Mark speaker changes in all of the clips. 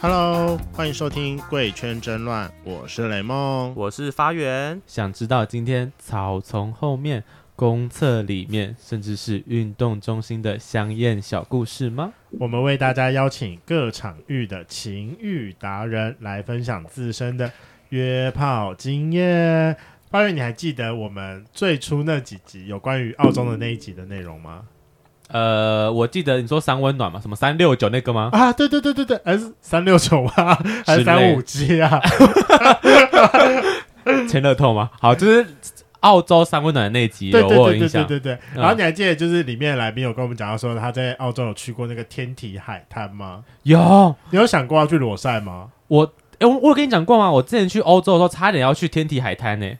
Speaker 1: Hello，欢迎收听《贵圈争乱》，我是雷梦。
Speaker 2: 我是发 源，
Speaker 3: 想知道今天草丛后面、公厕里面，甚至是运动中心的香艳小故事吗？
Speaker 1: 我们为大家邀请各场域的情欲达人来分享自身的约炮经验。八月，你还记得我们最初那几集有关于澳洲的那一集的内容吗？
Speaker 3: 呃，我记得你说三温暖嘛，什么三六九那个 吗？
Speaker 1: 啊，对对对对对，还是三六九 吗？还是
Speaker 3: 之类
Speaker 1: 三五七啊？
Speaker 3: 签乐透吗？好，就是澳洲三温暖的那集
Speaker 1: 对
Speaker 3: 有
Speaker 1: 对
Speaker 3: 我有
Speaker 1: 对
Speaker 3: 印
Speaker 1: 对对
Speaker 3: 象。
Speaker 1: 对对。
Speaker 3: 嗯
Speaker 1: 然后你还记得就是里面的来宾有跟我们讲到说他在澳洲有去过那个天体海滩吗？
Speaker 3: 有
Speaker 1: 你有想过要去裸晒吗？
Speaker 3: 我，哎、我我有跟你讲过吗？我之前去欧洲的时候，差点要去天体海滩呢、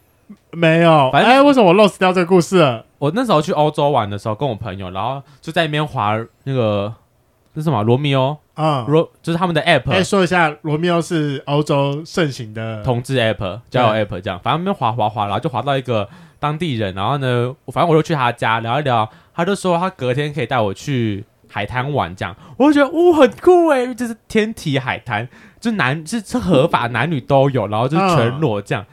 Speaker 1: 没有，
Speaker 3: 反正
Speaker 1: 哎，为什么我 lost 掉这个故事了？
Speaker 3: 我哦那时候去欧洲玩的时候，跟我朋友，然后就在那边滑那个那什么罗密欧，
Speaker 1: 啊、嗯，
Speaker 3: 罗就是他们的 app，、
Speaker 1: 哎、说一下，罗密欧是欧洲盛行的，
Speaker 3: 同志 app 交友 app 这样，反正那边滑滑滑，然后就滑到一个当地人，然后呢，我反正我就去他家聊一聊，他就说他隔天可以带我去海滩玩这样，我就觉得哇、很酷欸诶，因为这是天体海滩，就男是是合法男女都有，然后就是全
Speaker 1: 嗯
Speaker 3: 裸这样。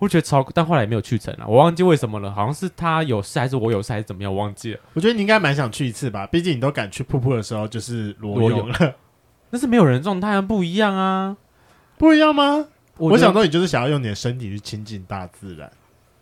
Speaker 3: 我觉得超，但后来没有去成啊，我忘记为什么了，好像是他有事还是我有事还是怎么样，我忘记了。
Speaker 1: 我觉得你应该蛮想去一次吧，毕竟你都敢去瀑布的时候就是裸
Speaker 3: 裸
Speaker 1: 泳
Speaker 3: 泳
Speaker 1: 了，
Speaker 3: 但是没有人状态不一样啊。
Speaker 1: 不一样吗？我
Speaker 3: 觉得
Speaker 1: 想说，你就是想要用你的身体去亲近大自然。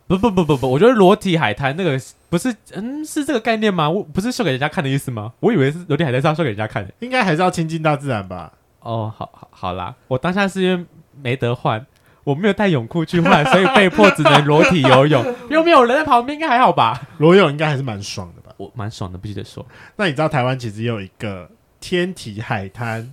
Speaker 3: 不不不不不，我觉得裸体海滩那个不是，嗯，是这个概念吗？我不是秀给人家看的意思吗？我以为是裸体海滩是要秀给人家看的。
Speaker 1: 应该还是要亲近大自然吧？
Speaker 3: 哦，好好好啦，我当下是因为没得换，我没有带泳裤去 换，所以被迫只能裸体游泳。又没有人在旁边，应该还好吧？
Speaker 1: 裸泳应该还是蛮爽的吧？
Speaker 3: 我蛮爽的，必须得说。
Speaker 1: 那你知道台湾其实也有一个天体海滩，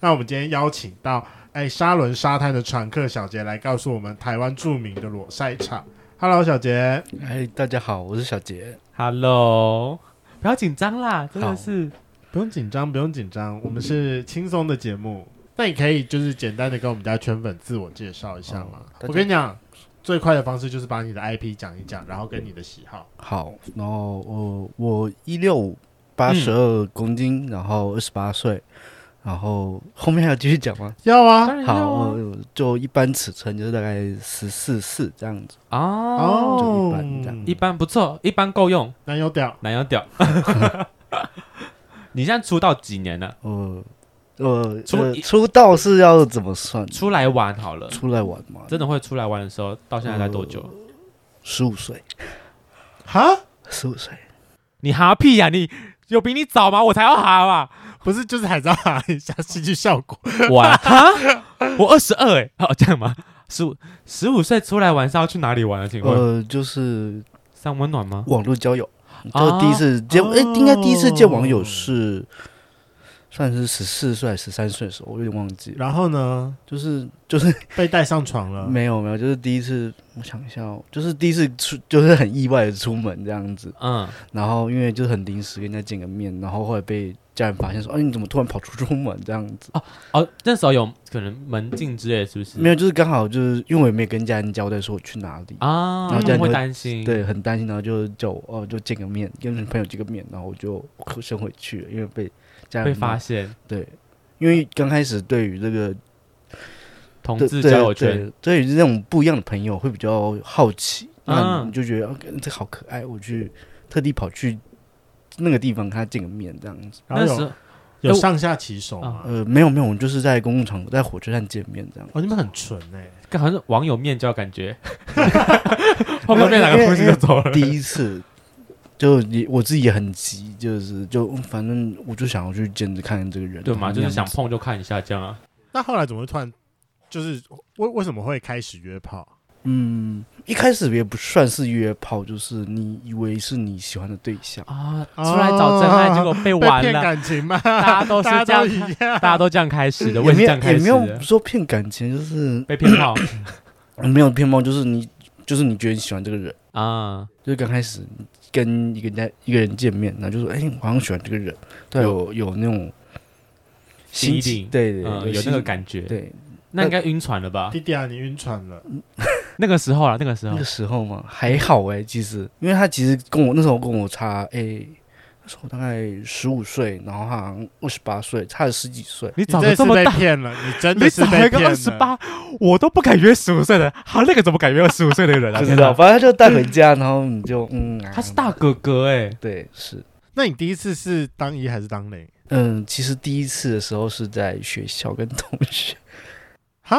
Speaker 1: 那我们今天邀请到哎沙伦沙滩的常客小杰来告诉我们台湾著名的裸晒场。Hello，小杰，
Speaker 4: 哎，大家好，我是小杰。
Speaker 3: Hello，不要紧张啦，真的
Speaker 4: 好
Speaker 3: 是
Speaker 1: 不用紧张，不用紧张，我们是轻松的节目。那你可以就是简单的跟我们家圈粉自我介绍一下吗？
Speaker 4: 哦
Speaker 1: 我跟你讲，最快的方式就是把你的 IP 讲一讲，然后跟你的喜好。
Speaker 4: 好，然后我我一六五八十二公斤，然后二十八岁，然后后 面还要继续讲吗？
Speaker 1: 要啊，
Speaker 3: 当然
Speaker 4: 好，
Speaker 3: 要啊
Speaker 4: 我就一般尺寸就是大概十四四这样子。
Speaker 3: 哦，
Speaker 4: 就一般这样
Speaker 3: 一般不错，一般够用，
Speaker 1: 男友屌，
Speaker 3: 男友屌。 你现在出道几年了？
Speaker 4: 呃呃，
Speaker 3: 出
Speaker 4: 呃出道是要怎么算？
Speaker 3: 出来玩好了。
Speaker 4: 出来玩嘛，
Speaker 3: 真的会出来玩的时候，到现在才多久？
Speaker 4: 十五岁，
Speaker 1: 哈，
Speaker 4: 十五岁。
Speaker 3: 你哈屁呀、你有比你早吗？我才要哈吧！
Speaker 1: 不是就是还是要哈一下戏剧效果。
Speaker 3: 我啊哈，我二十二哎，哦这样吗？十五十五岁出来玩是要去哪里玩啊？请问、
Speaker 4: 呃，就是
Speaker 3: 上温暖吗？
Speaker 4: 网络交友，
Speaker 3: 啊
Speaker 4: 就第一次见，哎、应该第一次见网
Speaker 1: 哦
Speaker 4: 友是算是十四岁、十三岁的时候，我有点忘记了。
Speaker 1: 然后呢，
Speaker 4: 就是就是
Speaker 1: 被带上床
Speaker 3: 啊
Speaker 1: 了。
Speaker 4: 没有没有，就是第一次，我想一下、哦，就是第一次出，就是很意外的出门这样子。
Speaker 3: 嗯，
Speaker 4: 然后因为就是很临时跟人家见个面，然后后来被家人发现说，哎、你怎么突然跑出出门这样子？
Speaker 3: 哦，那时候有可能门禁之类，是不是？
Speaker 4: 没有，就是刚好就是因为我也没有跟家人交代说我去哪里，
Speaker 3: 啊，
Speaker 4: 然后
Speaker 3: 他们
Speaker 4: 家
Speaker 3: 会
Speaker 4: 里
Speaker 3: 担心。
Speaker 4: 对，很担心，然后就叫我哦，就见个面，跟朋友见个面，然后我就先回去了，因为被家
Speaker 3: 被
Speaker 4: 人
Speaker 3: 发
Speaker 4: 骂
Speaker 3: 现
Speaker 4: 对，因为刚开始对于这个
Speaker 3: 同
Speaker 4: 对
Speaker 3: 志
Speaker 4: 对
Speaker 3: 交友圈，
Speaker 4: 对对于这种不一样的朋友会比较好奇，那
Speaker 3: 嗯
Speaker 4: 你就觉得、啊这好可爱，我去特地跑去那个地方跟他见个面这样子。
Speaker 1: 然
Speaker 3: 那
Speaker 1: 后
Speaker 3: 时
Speaker 1: 有
Speaker 3: 候
Speaker 1: 有
Speaker 3: 哎我
Speaker 1: 上下其手吗？
Speaker 4: 呃，没有没有，我们就是在公共场合，在火车站见面 这样。
Speaker 1: 哦，你们很纯哎。
Speaker 3: 干好像是网友面交的感 觉，泡泡面哪个
Speaker 4: 因为
Speaker 3: 东西就走了。
Speaker 4: 第一次就也我自己也很急，就是就嗯反正我就想要去见着看看嗯这个人，
Speaker 3: 对嘛，
Speaker 4: 长
Speaker 3: 就是
Speaker 4: 什么
Speaker 3: 想
Speaker 4: 样子
Speaker 3: 碰就看一下这样啊。
Speaker 1: 那后来怎么会突然就是为为什么会开始约炮？
Speaker 4: 嗯，一开始也不算是约炮，就是你以为是你喜欢的对象。
Speaker 3: 啊，出来找真爱，
Speaker 1: 啊
Speaker 3: 结果被
Speaker 1: 被
Speaker 3: 玩
Speaker 1: 骗
Speaker 3: 了。
Speaker 1: 感情吗？
Speaker 3: 大家都是
Speaker 1: 大
Speaker 3: 这
Speaker 1: 家都
Speaker 3: 样
Speaker 1: 一
Speaker 3: 看，
Speaker 1: 样。
Speaker 3: 大家都这样开始的，我
Speaker 4: 也
Speaker 3: 也是这
Speaker 4: 没有
Speaker 3: 样开
Speaker 4: 也
Speaker 3: 始
Speaker 4: 没有
Speaker 3: 的，
Speaker 4: 说骗感情，就是
Speaker 3: 被骗 炮
Speaker 4: 没有骗炮，就是你就是你觉得你喜欢这个人，
Speaker 3: 啊！
Speaker 4: 就是刚开始跟一个人家一个人见面，然后就说哎、我好像喜欢这个人，
Speaker 3: 对啊
Speaker 4: 有有那种
Speaker 3: 吸
Speaker 4: 心
Speaker 3: 引
Speaker 4: 情，对对
Speaker 3: 嗯，
Speaker 4: 对，
Speaker 3: 有那
Speaker 4: 心
Speaker 3: 个
Speaker 4: 情，
Speaker 3: 感觉，
Speaker 4: 对，
Speaker 3: 那应该晕船了吧？
Speaker 1: 弟弟啊，你晕船了。
Speaker 3: 那个时候啊，那个时
Speaker 4: 那
Speaker 3: 候
Speaker 4: 个时候嘛还好哎、其实因为他其实跟我那时候跟我差哎、时候大概十五岁，然后他好像二十八岁，差了十几岁。
Speaker 3: 你
Speaker 1: 你
Speaker 3: 长
Speaker 1: 这
Speaker 3: 得
Speaker 1: 次
Speaker 3: 这么
Speaker 1: 被
Speaker 3: 大，
Speaker 1: 骗了， 你真
Speaker 3: 你
Speaker 1: 的是
Speaker 3: 找
Speaker 1: 被
Speaker 3: 一个
Speaker 1: 骗
Speaker 3: 二
Speaker 1: 了。
Speaker 3: 十八，我都不敢约十五岁的，他那个怎么敢约二十五岁的人啊？
Speaker 4: 不知
Speaker 3: 天
Speaker 4: 道，
Speaker 3: 哪，
Speaker 4: 反正他就带回家，然后你就嗯，啊
Speaker 3: 他是大哥哥哎，
Speaker 4: 对是。
Speaker 1: 那你第一次是当一还是当零？
Speaker 4: 嗯，其实第一次的时候是在学校跟同学，
Speaker 1: 哈，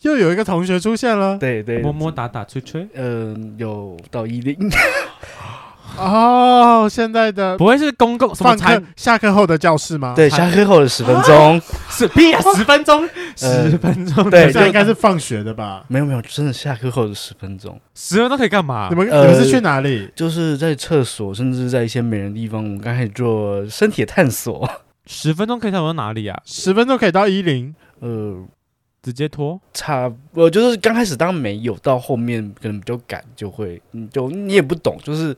Speaker 1: 又有一个同学出现了
Speaker 4: 对对，
Speaker 3: 摸摸打打吹吹，
Speaker 4: 嗯，有到一零，
Speaker 3: 啊
Speaker 1: 哦！现在的
Speaker 3: 不会是公共什么
Speaker 1: 放
Speaker 3: 餐
Speaker 1: 课下课后的教室吗？，
Speaker 4: 对，下课后的十分钟，
Speaker 3: 是屁啊，十分钟，
Speaker 4: 呃
Speaker 3: 十分钟，
Speaker 4: 对
Speaker 1: 这
Speaker 4: 就
Speaker 1: 应该是放学的吧？
Speaker 4: 没有没有，真的下课后的十分钟，
Speaker 3: 十分钟可以干嘛
Speaker 1: 你？们你
Speaker 4: 呃
Speaker 1: 们是去哪里？
Speaker 4: 就是在厕所，甚至在一些没人的地方，我们刚开始做身体的探索，
Speaker 3: 十分钟可以探索到哪里啊？
Speaker 1: 十分钟可以到一零，
Speaker 4: 呃，
Speaker 3: 直接拖，
Speaker 4: 差呃，就是刚开始当然没有，到后面可能比较赶，就会你就你也不懂，就是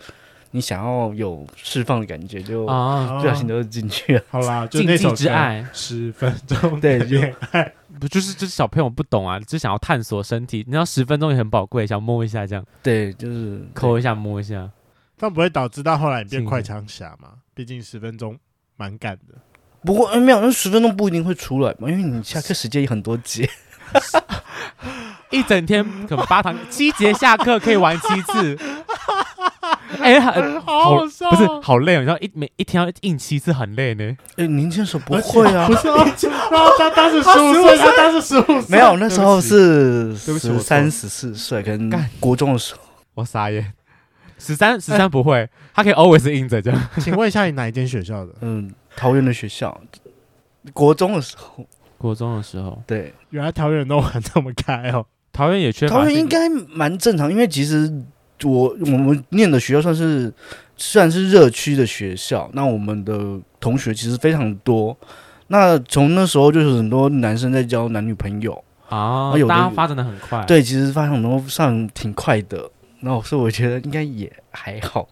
Speaker 4: 你想要有释放的感觉，就
Speaker 3: 啊，
Speaker 4: 不小心就进 去了。
Speaker 1: 哦好啦，就
Speaker 3: 禁
Speaker 1: 那
Speaker 3: 忌
Speaker 1: 首
Speaker 3: 之
Speaker 1: 歌。
Speaker 3: 爱，
Speaker 1: 十分钟
Speaker 4: 对
Speaker 1: 的
Speaker 4: 就
Speaker 1: 恋爱，
Speaker 3: 不就是就是小朋友不懂啊，只想要探索身体，你知道十分钟也很宝贵，想摸一下这样，
Speaker 4: 对，就是
Speaker 3: 抠一下摸一下，
Speaker 1: 但不会导致到后来你变
Speaker 3: 禁忌
Speaker 1: 快枪侠嘛？毕竟十分钟蛮赶的。
Speaker 4: 不过嗯，没有，那十分钟不一定会出来嘛，因为你下课时间也很多节。
Speaker 3: 一整天可能八堂七节下课可以玩七次，哎，很好
Speaker 1: 好笑
Speaker 3: 不是好累哦，你知道一每一天要应七次很累呢，
Speaker 4: 哎，年轻的时候不会啊
Speaker 1: 不，是 啊，然后他当时十五岁，他当时十五岁，
Speaker 4: 没有，那时候是
Speaker 1: 对不起我错
Speaker 4: 十三
Speaker 1: 了
Speaker 4: 十四岁，可能
Speaker 3: 干
Speaker 4: 国中的时候。
Speaker 3: 我傻眼，十三十三不会，他可以 always 硬着这样，
Speaker 1: 请问一下，你哪一间学校的？
Speaker 4: 嗯，桃园的学校，国中的时候，
Speaker 3: 国中的时候，
Speaker 4: 对，
Speaker 1: 原来桃园人都玩这么开哦。
Speaker 3: 桃园也缺乏
Speaker 4: 桃园
Speaker 3: 性
Speaker 4: 应该蛮正常，因为其实我我们念的学校算是虽然是热区的学校，那我们的同学其实非常多。那从那时候就是很多男生在交男女朋友，
Speaker 3: 啊
Speaker 4: 有，的
Speaker 3: 大家发展的很
Speaker 1: 哎
Speaker 3: 快，，
Speaker 4: 对，其实发现很多上挺快的。那我说我觉得应该也还好，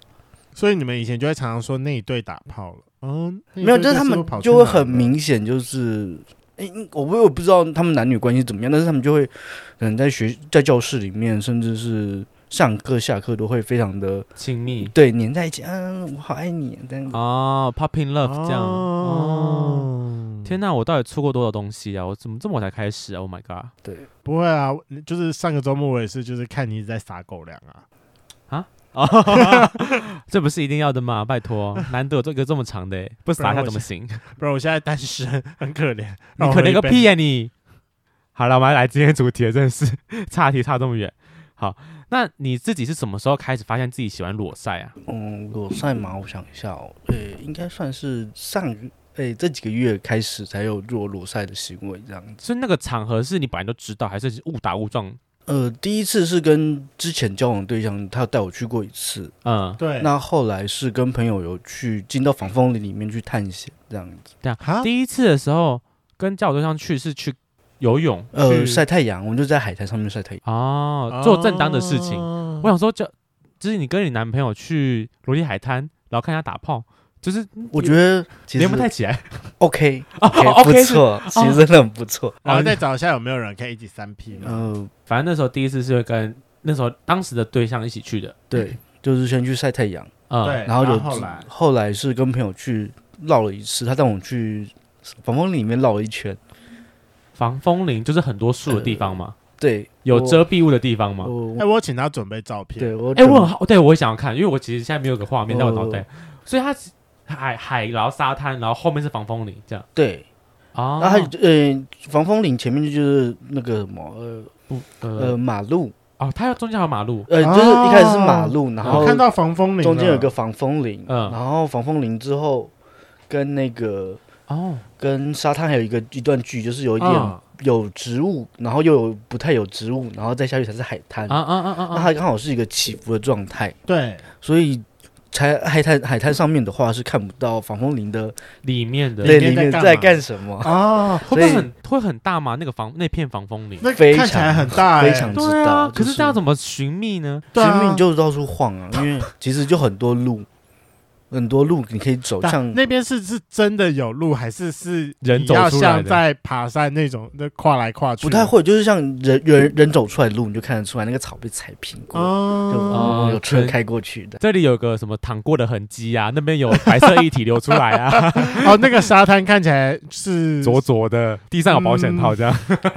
Speaker 1: 所以你们以前就会常常说那一队打炮了，嗯，那一
Speaker 4: 没有，
Speaker 1: 队
Speaker 4: 就是他
Speaker 1: 不
Speaker 4: 们
Speaker 1: 跑去
Speaker 4: 就会
Speaker 1: 哪
Speaker 4: 很
Speaker 1: 了，
Speaker 4: 明显就是。诶，嗯我不我不知道他们男女关系怎么样，但是他们就会可能在学在教室里面，甚至是上课下课都会非常的
Speaker 3: 亲密
Speaker 4: 对，黏在一起，嗯，我好爱你，这样子。
Speaker 3: 啊，popping love 这样，哦。
Speaker 1: 哦，
Speaker 3: 天呐，我到底错过多少东西啊？我怎么这么晚才开始啊？Oh my god！
Speaker 1: 不会啊，就是上个周末我也是，就是看你一直在撒狗粮啊。
Speaker 3: 啊，这不是一定要的吗？拜 托，难得有这个这么长的欸，不撒一下
Speaker 1: 不然我
Speaker 3: 怎么行？
Speaker 1: 不然我现在单身，很可怜。
Speaker 3: 你
Speaker 1: 让我
Speaker 3: 可
Speaker 1: 喝
Speaker 3: 怜
Speaker 1: 一
Speaker 3: 个
Speaker 1: 杯
Speaker 3: 屁！呀、啊你！ 好了，我们来今天主题了，真的是 差题差这么远。好，那你自己是什么时候开始发现自己喜欢裸晒啊？
Speaker 4: 嗯，裸晒嘛，我想一下哦，呃、应该算是上个，诶、这几个月开始才有做裸晒的行为，这样子。
Speaker 3: 所以那个场合是你本来就知道，还是误打误撞？
Speaker 4: 呃，第一次是跟之前交往对象，他有带我去过一次，
Speaker 3: 嗯，
Speaker 1: 对，
Speaker 4: 那后来是跟朋友有去进到防风林里面去探险，这样子。
Speaker 1: 哈，
Speaker 3: 第一次的时候跟叫我对象去是去游泳
Speaker 4: 呃，
Speaker 3: 去
Speaker 4: 晒太阳，我们就在海滩上面晒太阳。
Speaker 3: 哦，做正当的事情。
Speaker 4: 嗯
Speaker 1: 哦
Speaker 3: 我想说就，就是你跟你男朋友去罗莉海滩，然后看他打炮，就是
Speaker 4: 我觉得其实
Speaker 3: 连不太起来。
Speaker 4: OK，OK，、
Speaker 3: 哦
Speaker 4: 不
Speaker 3: ，OK，是哦
Speaker 4: 错，其实真的很不错。
Speaker 1: 然后再找一下有没有人可以一起三 P
Speaker 3: 嗯
Speaker 1: 呢？
Speaker 4: 呃，
Speaker 3: 反正那时候第一次是会跟那时候当时的对象一起去的，
Speaker 4: 对，就是先去晒太阳。
Speaker 3: 嗯，
Speaker 1: 对，
Speaker 4: 然后就
Speaker 1: 后来
Speaker 4: 后来是跟朋友去绕了一次，他带我去防风林里面绕了一圈。
Speaker 3: 防风林就是很多树的地方嘛，
Speaker 4: 对，
Speaker 3: 有
Speaker 4: 呃我
Speaker 3: 遮蔽物的地方嘛。
Speaker 4: 我
Speaker 1: 哎，
Speaker 4: 我
Speaker 1: 我请他准备照片。
Speaker 4: 嗯对我
Speaker 3: 哎、
Speaker 4: 准
Speaker 3: 我很好，对我也想要看，因为我其实现在没有个画面在我脑袋，
Speaker 4: 哦
Speaker 3: 所以它是海海，然后沙滩，然后后面是防风林这样。
Speaker 4: 对，
Speaker 3: 哦，
Speaker 4: 然后还呃防风林前面就是那个什么呃
Speaker 3: 不
Speaker 4: 呃
Speaker 3: 呃
Speaker 4: 马路，
Speaker 3: 哦，它要中间还有马路，
Speaker 4: 呃就是一开始是马路，然
Speaker 3: 哦
Speaker 4: 后
Speaker 1: 我看到防风林
Speaker 4: 中间有个
Speaker 1: 了
Speaker 4: 防风林，
Speaker 3: 嗯
Speaker 4: 然后防风林之后跟那个
Speaker 3: 哦，
Speaker 4: 跟沙滩还有一个一段距离，就是有一点
Speaker 1: 嗯
Speaker 4: 有植物，然后又有不太有植物，然后再下去才是海滩。
Speaker 3: 啊啊啊啊
Speaker 4: 那
Speaker 3: 啊，
Speaker 4: 它刚好是一个起伏的状态，
Speaker 1: 对，
Speaker 4: 所以才海滩海滩上面的话是看不到防风林的
Speaker 3: 里面的
Speaker 1: 对
Speaker 4: 那
Speaker 1: 里面
Speaker 4: 里面
Speaker 1: 在干嘛
Speaker 4: 在干什么，
Speaker 1: 哦，
Speaker 3: 会不会
Speaker 4: 所以
Speaker 3: 很会很大吗？那个防那片防风林？
Speaker 1: 那
Speaker 4: 非
Speaker 1: 看起来
Speaker 4: 常
Speaker 1: 很大欸，
Speaker 4: 非常知道。
Speaker 3: 对啊，可
Speaker 4: 就是
Speaker 3: 这样怎么寻觅呢？
Speaker 1: 对
Speaker 4: 其实
Speaker 1: 啊
Speaker 4: 你就到处晃啊，因为其实就很多路，很多路你可以走，
Speaker 1: 但
Speaker 4: 像
Speaker 1: 那边是是真的有路，还是是
Speaker 3: 人
Speaker 1: 你
Speaker 3: 走
Speaker 1: 要
Speaker 3: 出来
Speaker 1: 像
Speaker 3: 的
Speaker 1: 在爬山那种，那跨来跨去
Speaker 4: 不
Speaker 1: 的，
Speaker 4: 太会，就是像人有人人走出来的路，你就看得出来那个草被踩平过，就
Speaker 1: 哦。
Speaker 4: 哦有车
Speaker 3: 对
Speaker 4: 开过去的。
Speaker 3: 这里有个什么躺过的痕迹啊，那边有白色液体流出来 啊，
Speaker 1: 哦，那个沙滩看起来是
Speaker 3: 灼灼的，地上有保险套这样。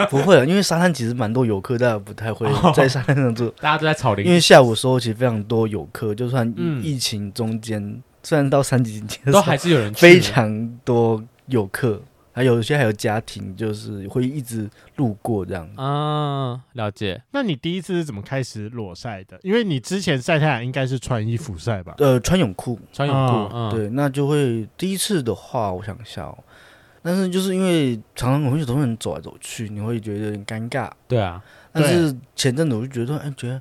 Speaker 4: 不会啊，因为沙滩其实蛮多游客，大家不太会
Speaker 3: 哦
Speaker 4: 在沙滩上做，
Speaker 3: 大家都在草
Speaker 4: 因
Speaker 3: 林，
Speaker 4: 为下午的时候其实非常多游客，就算
Speaker 3: 嗯
Speaker 4: 疫情中间，虽然到三级警戒的时
Speaker 3: 都
Speaker 4: 候，
Speaker 3: 还是有人去
Speaker 4: 非常多游客，还有一些还有家庭，就是会一直路过这样。
Speaker 3: 啊，了解。
Speaker 1: 那你第一次是怎么开始裸晒的？因为你之前晒太阳应该是穿衣服晒吧？
Speaker 4: 呃，穿泳裤，
Speaker 3: 穿泳
Speaker 1: 哦
Speaker 3: 裤，嗯，
Speaker 4: 啊对，那就会第一次的话，我想一下哦。但是就是因为常常我会有很多人走来走去，你会觉得有点尴尬。
Speaker 3: 对啊，
Speaker 4: 但
Speaker 1: 对
Speaker 4: 是前阵子我就觉得，哎，觉得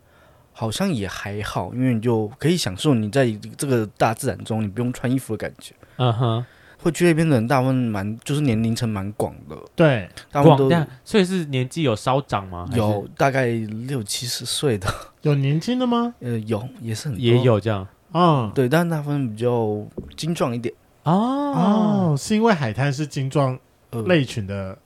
Speaker 4: 好像也还好，因为你就可以享受你在这个大自然中，你不用穿衣服的感觉。
Speaker 3: 嗯哼，
Speaker 4: 会去那边的人，大部分蛮就是年龄层蛮广的，
Speaker 1: 对，
Speaker 4: 大部
Speaker 3: 广
Speaker 4: 分
Speaker 3: 但
Speaker 4: 都
Speaker 3: 所以是年纪有稍长吗？还是
Speaker 4: 有大概六七十岁的，
Speaker 1: 有年轻的吗？
Speaker 4: 呃，有也是很多
Speaker 3: 也有这样
Speaker 1: 嗯，
Speaker 4: 对，但是大部分比较精壮一点，
Speaker 3: 哦
Speaker 1: 哦，是因为海滩是精壮
Speaker 4: 呃，
Speaker 1: 类群的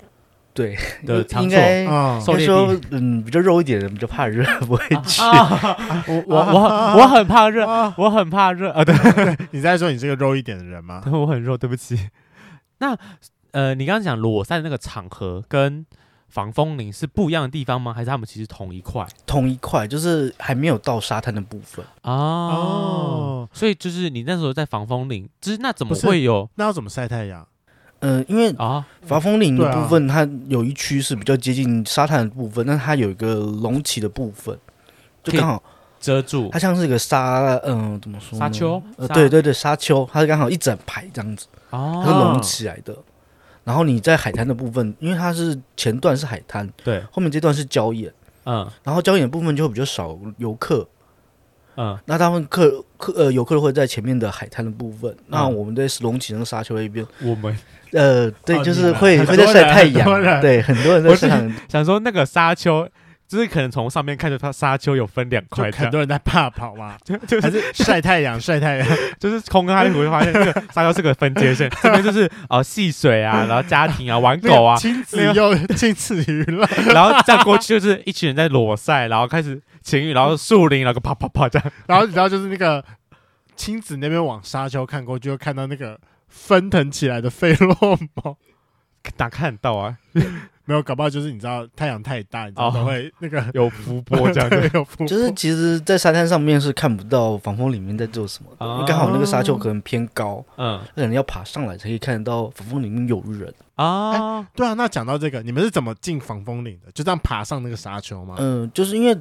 Speaker 4: 对，
Speaker 3: 的
Speaker 4: 应
Speaker 3: 场所
Speaker 4: 该应
Speaker 1: 啊，
Speaker 3: 瘦
Speaker 4: 该
Speaker 3: 猎
Speaker 4: 说，嗯，比较肉一点的人比较 怕热，不会去。
Speaker 3: 啊！我
Speaker 1: 哦
Speaker 3: 我我我很怕热，我很怕热啊！对，
Speaker 1: 你在说你是个肉一点的人吗？
Speaker 3: 我很 热，对不起。 那呃，你刚刚讲裸晒的那个场合跟防风林是不一样的地方吗？还是他们其实同一块
Speaker 4: 同一块就是还没有到沙滩的部分，
Speaker 3: 啊？哦，
Speaker 1: 哦，
Speaker 3: 所以就是你那时候在防风林，就是那怎么
Speaker 1: 不是
Speaker 3: 会有
Speaker 1: 那要怎么晒太阳？
Speaker 4: 呃，因为
Speaker 3: 啊？
Speaker 4: 伐风林
Speaker 1: 对
Speaker 4: 的
Speaker 1: 啊
Speaker 4: 部分，它有一区是比较接近沙滩的部分，但它有一个隆起的部分，就
Speaker 3: 可以
Speaker 4: 刚好
Speaker 3: 遮住
Speaker 4: 它像是一个沙，嗯、怎么说呢
Speaker 3: 沙丘？
Speaker 4: 呃，
Speaker 3: 沙
Speaker 4: 对对对，沙丘，它刚好一整排这样子，它是
Speaker 3: 哦，
Speaker 4: 隆起来的。然后你在海滩的部分，因为它是前段是海滩，
Speaker 3: 对，
Speaker 4: 后面这段是礁岩，
Speaker 3: 嗯
Speaker 4: 然后礁岩的部分就会比较少游客，
Speaker 3: 嗯
Speaker 4: 那他们客客呃游客会在前面的海滩的部分，
Speaker 1: 嗯
Speaker 4: 那我们在隆起那个沙丘那边，
Speaker 3: 我们
Speaker 4: 呃，对，
Speaker 1: 哦
Speaker 4: 就是
Speaker 1: 你们
Speaker 4: 会
Speaker 1: 很
Speaker 4: 会
Speaker 1: 多
Speaker 4: 在晒
Speaker 1: 人
Speaker 4: 太
Speaker 1: 很多人
Speaker 4: 阳，对，很多人在
Speaker 3: 我是
Speaker 4: 晒太阳，
Speaker 3: 想说那个沙丘，就是可能从上面看着它沙丘有分两
Speaker 1: 就
Speaker 3: 块这
Speaker 1: 很
Speaker 3: 样，
Speaker 1: 多人在怕跑嘛，
Speaker 3: 就
Speaker 1: 还
Speaker 3: 是
Speaker 1: 是晒太阳晒太阳？
Speaker 3: 就是空跟它的湖会发现，这个沙丘是个分界线，这边就是哦戏水啊，然后家庭啊，玩狗啊，
Speaker 1: 亲子又亲子娱乐，
Speaker 3: 然后再过去就是一群人在裸晒，然后开始情侣，然后树林，然后啪啪啪这样，
Speaker 1: 然后你知道就是那个亲子那边往沙丘看过去，就看到那个奔腾起来的费洛蒙。
Speaker 3: 哪看得到啊？
Speaker 1: 没有，搞不好就是你知道太阳太大，你知道
Speaker 3: 哦
Speaker 1: 都会那个
Speaker 3: 有浮波这样
Speaker 1: 对
Speaker 3: 子，
Speaker 1: 有浮
Speaker 4: 就是其实，在沙滩上面是看不到防风里面在做什么的，
Speaker 3: 啊
Speaker 4: 因为刚好那个
Speaker 1: 哦
Speaker 4: 沙丘可能偏高，
Speaker 3: 嗯
Speaker 4: 可能要爬上来才可以看得到防风里面有人。
Speaker 3: 啊，
Speaker 1: 对啊，那讲到这个，你们是怎么进防风岭的？就这样爬上那个沙丘吗？
Speaker 4: 嗯、就是因为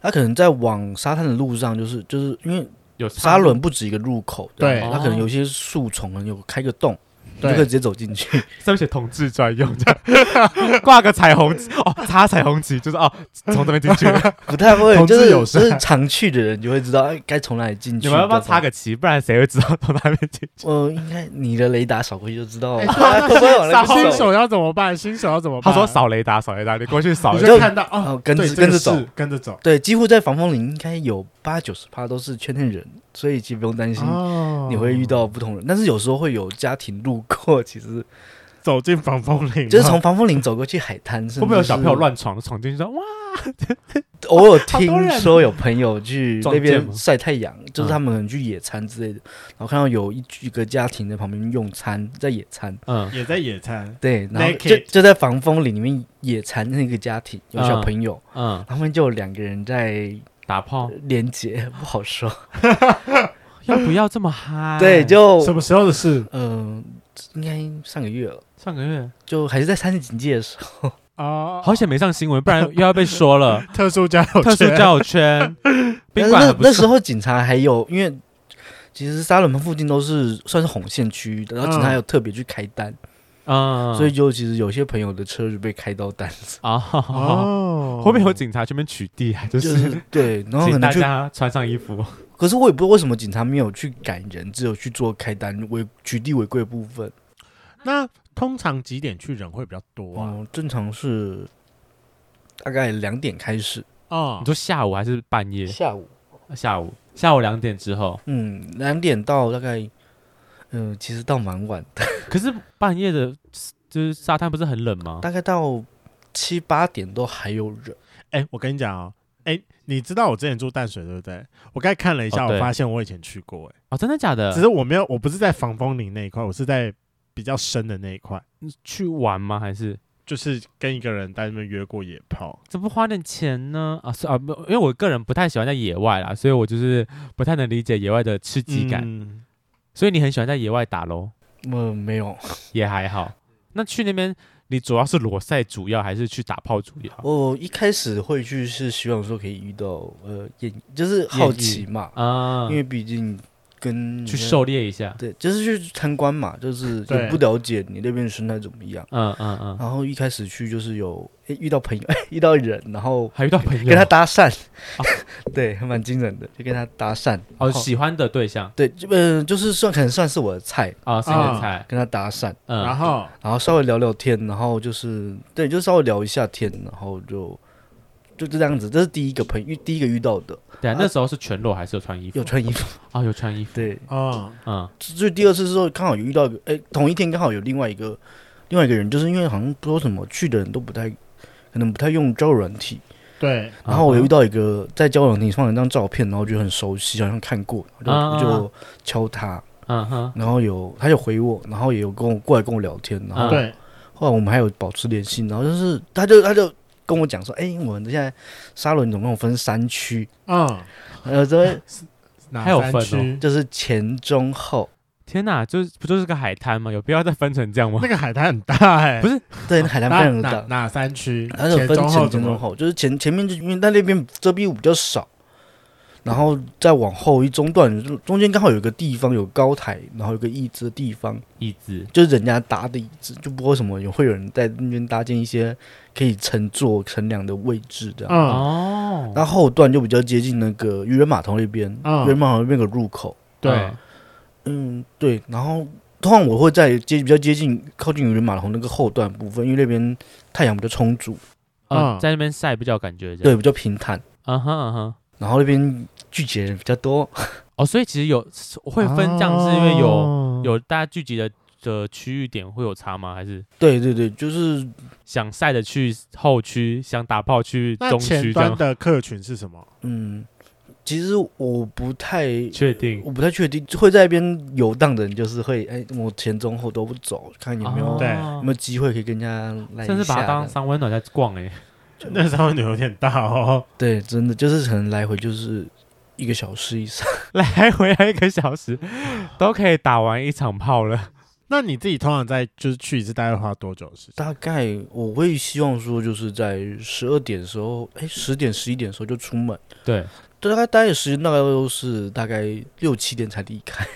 Speaker 4: 他可能在往沙滩的路上，就是就是因为
Speaker 3: 有
Speaker 4: 沙轮不止一个入口，
Speaker 1: 对哦
Speaker 4: 他可能有些树丛有开个洞，你就可以
Speaker 1: 对
Speaker 4: 直接走进去。
Speaker 3: 上面写同志专用这样， 挂个彩虹旗哦，插彩虹旗就是哦，从这边进 去。
Speaker 4: 不 太会
Speaker 1: 同，志
Speaker 4: 就是
Speaker 1: 友
Speaker 4: 就
Speaker 1: 善
Speaker 4: 是常去的人就会知道哎该从哪里进去。
Speaker 3: 你们要不要
Speaker 4: 比较
Speaker 3: 插个旗？不然谁会知道从哪边进去？
Speaker 4: 呃，应该你的雷达扫过去就知道了，
Speaker 1: 哎
Speaker 4: 会不会往那
Speaker 1: 扫
Speaker 4: 边
Speaker 1: 新手要怎么办？新手要怎么
Speaker 3: 他
Speaker 1: 办？
Speaker 3: 说扫雷达，扫雷达，你过去扫
Speaker 1: 你
Speaker 3: 一
Speaker 1: 就
Speaker 3: 下。
Speaker 4: 就
Speaker 1: 看到哦
Speaker 4: 哦，，跟
Speaker 1: 对
Speaker 4: 着
Speaker 1: 这个
Speaker 4: 跟着
Speaker 1: 是
Speaker 4: 走，
Speaker 1: 跟着走。
Speaker 4: 对，几乎在防风林应该有八九十趴都是圈内人，所以其实不用担心
Speaker 1: 哦
Speaker 4: 你会遇到不同人。但是有时候会有家庭路过， 其
Speaker 3: 嗯
Speaker 4: 实
Speaker 1: 走进防风岭吗，
Speaker 4: 就是从防风林走过去海 滩，会
Speaker 3: 会不会有小朋友？乱闯，闯进去说哇？
Speaker 4: 偶尔
Speaker 3: 好多
Speaker 4: 听
Speaker 3: 人
Speaker 4: 说有朋友去
Speaker 3: 撞
Speaker 4: 那
Speaker 3: 见
Speaker 4: 边
Speaker 3: 吗
Speaker 4: 晒太阳，就是
Speaker 3: 嗯
Speaker 4: 他们可能去野餐之类的，然后看到有一一个家庭在旁边用餐，在野餐。
Speaker 3: 嗯
Speaker 1: 也在野餐，
Speaker 4: 对，然后就
Speaker 1: Naked
Speaker 4: 就在防风林里面野餐那个家庭有
Speaker 3: 嗯
Speaker 4: 小朋友，
Speaker 3: 嗯，
Speaker 4: 他们就有两个人在
Speaker 3: 打炮
Speaker 4: 连接，不好说。
Speaker 3: 要不要这么嗨？
Speaker 4: 对，就
Speaker 1: 什么时候的事？
Speaker 4: 嗯，应该上个月了，
Speaker 3: 上个月
Speaker 4: 就还是在三级警戒的时候。
Speaker 1: 哦，。
Speaker 3: 好险没上新闻，不然又要被说了
Speaker 1: 特殊交友圈，
Speaker 3: 特殊交友 圈，
Speaker 4: 但
Speaker 3: 宾
Speaker 4: 是
Speaker 3: 馆
Speaker 4: 那
Speaker 3: 很不
Speaker 4: 那
Speaker 3: 错
Speaker 4: 时候警察还有，因为其实沙仑门附近都是算是红线区域的，然后警察
Speaker 1: 嗯
Speaker 4: 有特别去开单，
Speaker 3: 嗯，
Speaker 4: 所以就其实有些朋友的车就被开到 单子，
Speaker 3: 啊，
Speaker 1: 哦，
Speaker 3: 后面有警察全面取缔啊，就
Speaker 4: 就是 是对，然后可
Speaker 3: 请
Speaker 4: 能哦
Speaker 3: 大
Speaker 4: 去，
Speaker 3: 家穿上衣服。
Speaker 4: 可是我也不知道为什么警察没有去赶人，只有去做开单违取缔违规的部分。
Speaker 1: 那通常几点去人会比较多啊？
Speaker 4: 嗯，正常是大概两点开始，
Speaker 1: 哦
Speaker 3: 你，说下午还是半夜？
Speaker 4: 下午，
Speaker 3: 下午，下午两点之后，
Speaker 4: 嗯，两点到大概嗯，其实到蛮晚的，
Speaker 3: 可是半夜的，就是沙滩不是很冷吗？
Speaker 4: 大概到七八点都还有人。
Speaker 1: 哎、我跟你讲哦，哎、你知道我之前住淡水对不对？我刚才看了一下，
Speaker 3: 哦对
Speaker 1: 我发现我以前去过、哎，
Speaker 3: 哦，真的假的
Speaker 1: 只？是我没有，我不是在防风林那一块，我是在比较深的那一块，
Speaker 3: 去玩吗？还是
Speaker 1: 就是跟一个人在那边约过野炮。
Speaker 3: 怎么花点钱呢？啊，是啊，不，因为我个人不太喜欢在野外啦，所以我就是不太能理解野外的刺激感。
Speaker 1: 嗯
Speaker 3: 所以你很喜欢在野外打咯，
Speaker 4: 嗯，没有，
Speaker 3: 也还好。那去那边，你主要是裸赛主要，还是去打炮主要？
Speaker 4: 我哦一开始会去是希望说可以遇到呃艳，就是好奇嘛，
Speaker 3: 啊、
Speaker 4: 因为毕竟跟
Speaker 3: 去狩猎一下。
Speaker 4: 对，就是去参观嘛，就是
Speaker 1: 对
Speaker 4: 也不了解你那边的生态怎么样。
Speaker 3: 嗯嗯嗯，
Speaker 4: 然后一开始去就是有、诶遇到朋友，遇到人，然后
Speaker 3: 还遇到朋友，
Speaker 4: 跟他搭讪， 对，还蛮惊人的，就跟他搭讪。
Speaker 3: 哦
Speaker 4: 哦
Speaker 3: 喜欢的对象
Speaker 4: 对，就呃，就是算可能算是我的菜，
Speaker 3: 啊，是你的菜。
Speaker 4: 跟他搭讪，
Speaker 3: 嗯，
Speaker 1: 然后
Speaker 4: 然后稍微聊聊天，然后就是对，就稍微聊一下天，然后就就这样子。这是第一个朋友，第一个遇到的，
Speaker 3: 对啊，那时候是全裸还是有穿衣服？
Speaker 4: 有穿衣服。
Speaker 3: 啊，有穿衣服。
Speaker 4: 对，
Speaker 1: 哦，
Speaker 3: 嗯，
Speaker 4: 所以第二次之后刚好有遇到一个，哎，同一天刚好有另外一个另外一个人，就是因为好像不知道什么去的人都不太，可能不太用交友软体。
Speaker 1: 对，
Speaker 4: 然后我
Speaker 3: 有
Speaker 4: 有遇到一个在交友软体上放了一张照片，然后就很熟悉，好像看过，然后就
Speaker 3: 啊
Speaker 4: 我就敲他，
Speaker 3: 嗯哼，
Speaker 4: 然后有他有回我，然后也有跟我过来跟我聊天，然后
Speaker 3: 啊
Speaker 1: 对，
Speaker 4: 后来我们还有保持联系，然后就是他就他就跟我讲说，哎、我们现在沙伦总共分三区，
Speaker 1: 嗯，
Speaker 4: 呃，这
Speaker 1: 哪
Speaker 3: 还有
Speaker 1: 三
Speaker 3: 分哦
Speaker 1: 区
Speaker 4: 就是前中后，
Speaker 3: 天哪，就是不就是个海滩吗？有必要再分成这样吗
Speaker 1: 那？个海滩很大哎、
Speaker 3: 不是
Speaker 4: 对，海南非
Speaker 1: 哪
Speaker 4: 常
Speaker 1: 哪
Speaker 4: 大，
Speaker 1: 哪三区？
Speaker 4: 然后有分
Speaker 1: 中
Speaker 4: 前
Speaker 1: 怎
Speaker 4: 前中
Speaker 1: 么？
Speaker 4: 后，就是前前面就因为在那边遮蔽物比较少，然后再往后一中段，就中间刚好有个地方有高台，然后有个椅子的地方，
Speaker 3: 椅子
Speaker 4: 就是人家搭的椅子，就不知道为什么有会有人在那边搭建一些可以乘坐乘凉的位置这样。
Speaker 1: 嗯，
Speaker 3: 哦，
Speaker 4: 那后段就比较接近那个渔人码头那边，渔、
Speaker 1: 嗯
Speaker 4: 人码头那边有个入口，
Speaker 1: 对
Speaker 3: 嗯，
Speaker 4: 嗯，对。然后通常我会在接比较接近靠近渔人码头那个后段部分，因为那边太阳比较充足，
Speaker 3: 嗯，
Speaker 1: 嗯
Speaker 3: 在那边晒比较有感觉这
Speaker 4: 对，
Speaker 3: 样。
Speaker 4: 比较平坦。
Speaker 3: 嗯哼嗯哼。
Speaker 4: 然后那边聚集的人比较多，
Speaker 3: 哦，所以其实有我会分这样，是因为有
Speaker 1: 哦
Speaker 3: 有大家聚集的的区域点会有差吗？还是
Speaker 4: 对对对，就是
Speaker 3: 想晒的去后区，想打炮去
Speaker 1: 那
Speaker 3: 中
Speaker 1: 前
Speaker 3: 区这
Speaker 1: 端
Speaker 3: 样？
Speaker 1: 的客群是什么？
Speaker 4: 嗯，其实我不太
Speaker 3: 确定
Speaker 4: 我不太确定，会在那边游荡的人就是会，哎，我前中后都不走，看有没有、
Speaker 3: 哦
Speaker 1: 对
Speaker 4: 有没有机会可以跟人家来一下
Speaker 3: 甚
Speaker 4: 的，
Speaker 3: 至把它当三温暖在逛哎。
Speaker 1: 那时候你有点大哦，
Speaker 4: 对，真的就是可能来回就是一个小时以上。
Speaker 3: 来回来一个小时，都可以打完一场炮了。
Speaker 1: 那你自己通常在就是去一次大概花多久的时间？
Speaker 4: 大概我会希望说，就是在十二点的时候，哎，十点十一点的时候就出门，
Speaker 3: 对，
Speaker 4: 对，大概待的时间大概都是大概六七点才离开。